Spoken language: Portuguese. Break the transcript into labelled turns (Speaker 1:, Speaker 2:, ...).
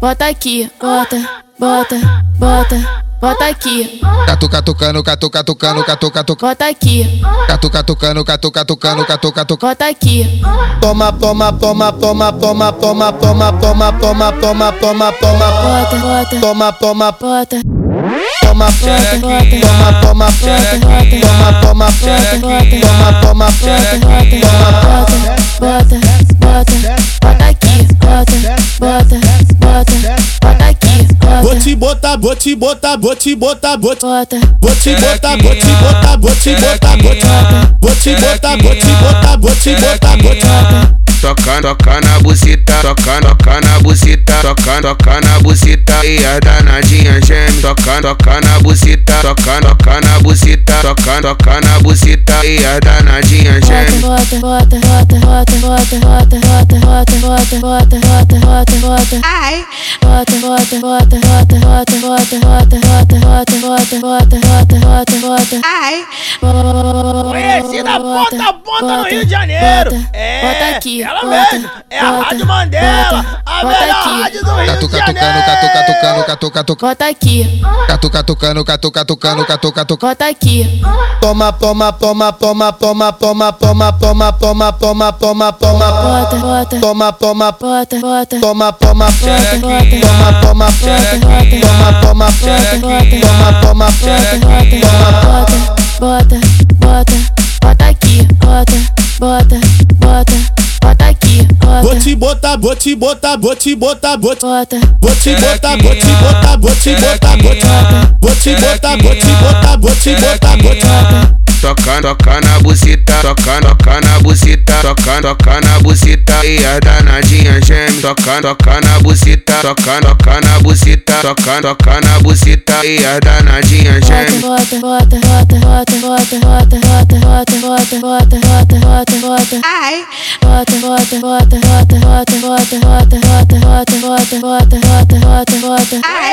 Speaker 1: bota aqui, bota, bota, bota, bota aqui,
Speaker 2: Catuca tocando, catuca tocando, catuca tocando,
Speaker 1: bota aqui,
Speaker 2: catuca tocando, catuca tocando, catuca tocando.
Speaker 1: bota aqui.
Speaker 3: Toma, toma, toma, toma, toma, toma, toma, toma, toma, toma, toma, toma,
Speaker 1: Bota, bota,
Speaker 3: toma, toma, toma,
Speaker 1: bota, bota,
Speaker 3: toma,
Speaker 1: bota,
Speaker 3: toma, toma, toma,
Speaker 1: bota, bota,
Speaker 3: toma,
Speaker 1: bota, bota.
Speaker 3: toma, toma,
Speaker 1: Bota, bota, bota, bota, bota aqui, bota, bota, bota, bota aqui,
Speaker 4: Vou
Speaker 1: bota,
Speaker 4: te botar, vou te botar, vou te botar, vou te
Speaker 1: bota,
Speaker 4: vou te botar, vou te botar, vou te botar, vou te vou te botar, vou te botar, vou te botar, vou te
Speaker 5: Toca, toca na buceta, toca, toca na buceta, toca, toca na buceta e a danadinha geme. Toca, toca na buceta, toca, toca na buceta, toca, toca na buceta e a danadinha geme.
Speaker 1: bota, bota, bota, bota, bota, bota, bota, bota, bota, bota, bota, bota, bota.
Speaker 6: Ai,
Speaker 1: Bota, bota, bota, bota, bota, bota, bota, bota, bota, bota, bota, bota, bota, bota.
Speaker 6: ai.
Speaker 7: Conhecida bota bota no Rio de Janeiro.
Speaker 1: Bota,
Speaker 7: É,
Speaker 1: bota aqui.
Speaker 7: Ela
Speaker 1: bota,
Speaker 7: mesmo. É a
Speaker 1: bota,
Speaker 7: Rádio Mandela.
Speaker 1: bota,
Speaker 7: a
Speaker 1: bota
Speaker 7: melhor
Speaker 1: aqui.
Speaker 7: rádio do Rio de
Speaker 2: Catuca
Speaker 7: Janeiro.
Speaker 2: tocando, catuca tocando, catuca tocando,
Speaker 1: Bota aqui,
Speaker 2: catuca tocando, catuca tocando, catuca tocando.
Speaker 1: bota aqui.
Speaker 3: toma, toma, toma, toma, toma, toma, toma, toma, toma, toma, toma, toma,
Speaker 1: Bota, bota,
Speaker 3: toma, toma,
Speaker 1: bota, bota, bota,
Speaker 3: toma, toma,
Speaker 1: bota,
Speaker 3: toma, toma,
Speaker 1: bota,
Speaker 3: toma, toma,
Speaker 1: bota, bota, bota.
Speaker 3: toma, toma,
Speaker 1: bota, bota, bota, bota, bota aqui, bota, bota, bota, bota aqui,
Speaker 4: vou
Speaker 1: bota,
Speaker 4: te botar, vou te botar, vou te botar, vou te
Speaker 1: bota,
Speaker 4: vou te botar, vou te botar, vou te botar, vou te vou te botar, vou te botar, vou te botar, vou te
Speaker 5: Toca, toca na buceta, toca, toca na buceta, toca, toca na buceta e a danadinha geme. Toca, toca na buceta, toca, toca na buceta, toca, toca na buceta e a danadinha
Speaker 1: bota,
Speaker 5: geme.
Speaker 1: bota, bota, bota, bota, bota, bota, bota, bota, bota, bota, bota, bota, bota.
Speaker 6: Ai,
Speaker 1: Bota, bota, bota, bota, bota, bota, bota, bota, bota, bota, bota, bota, bota, bota.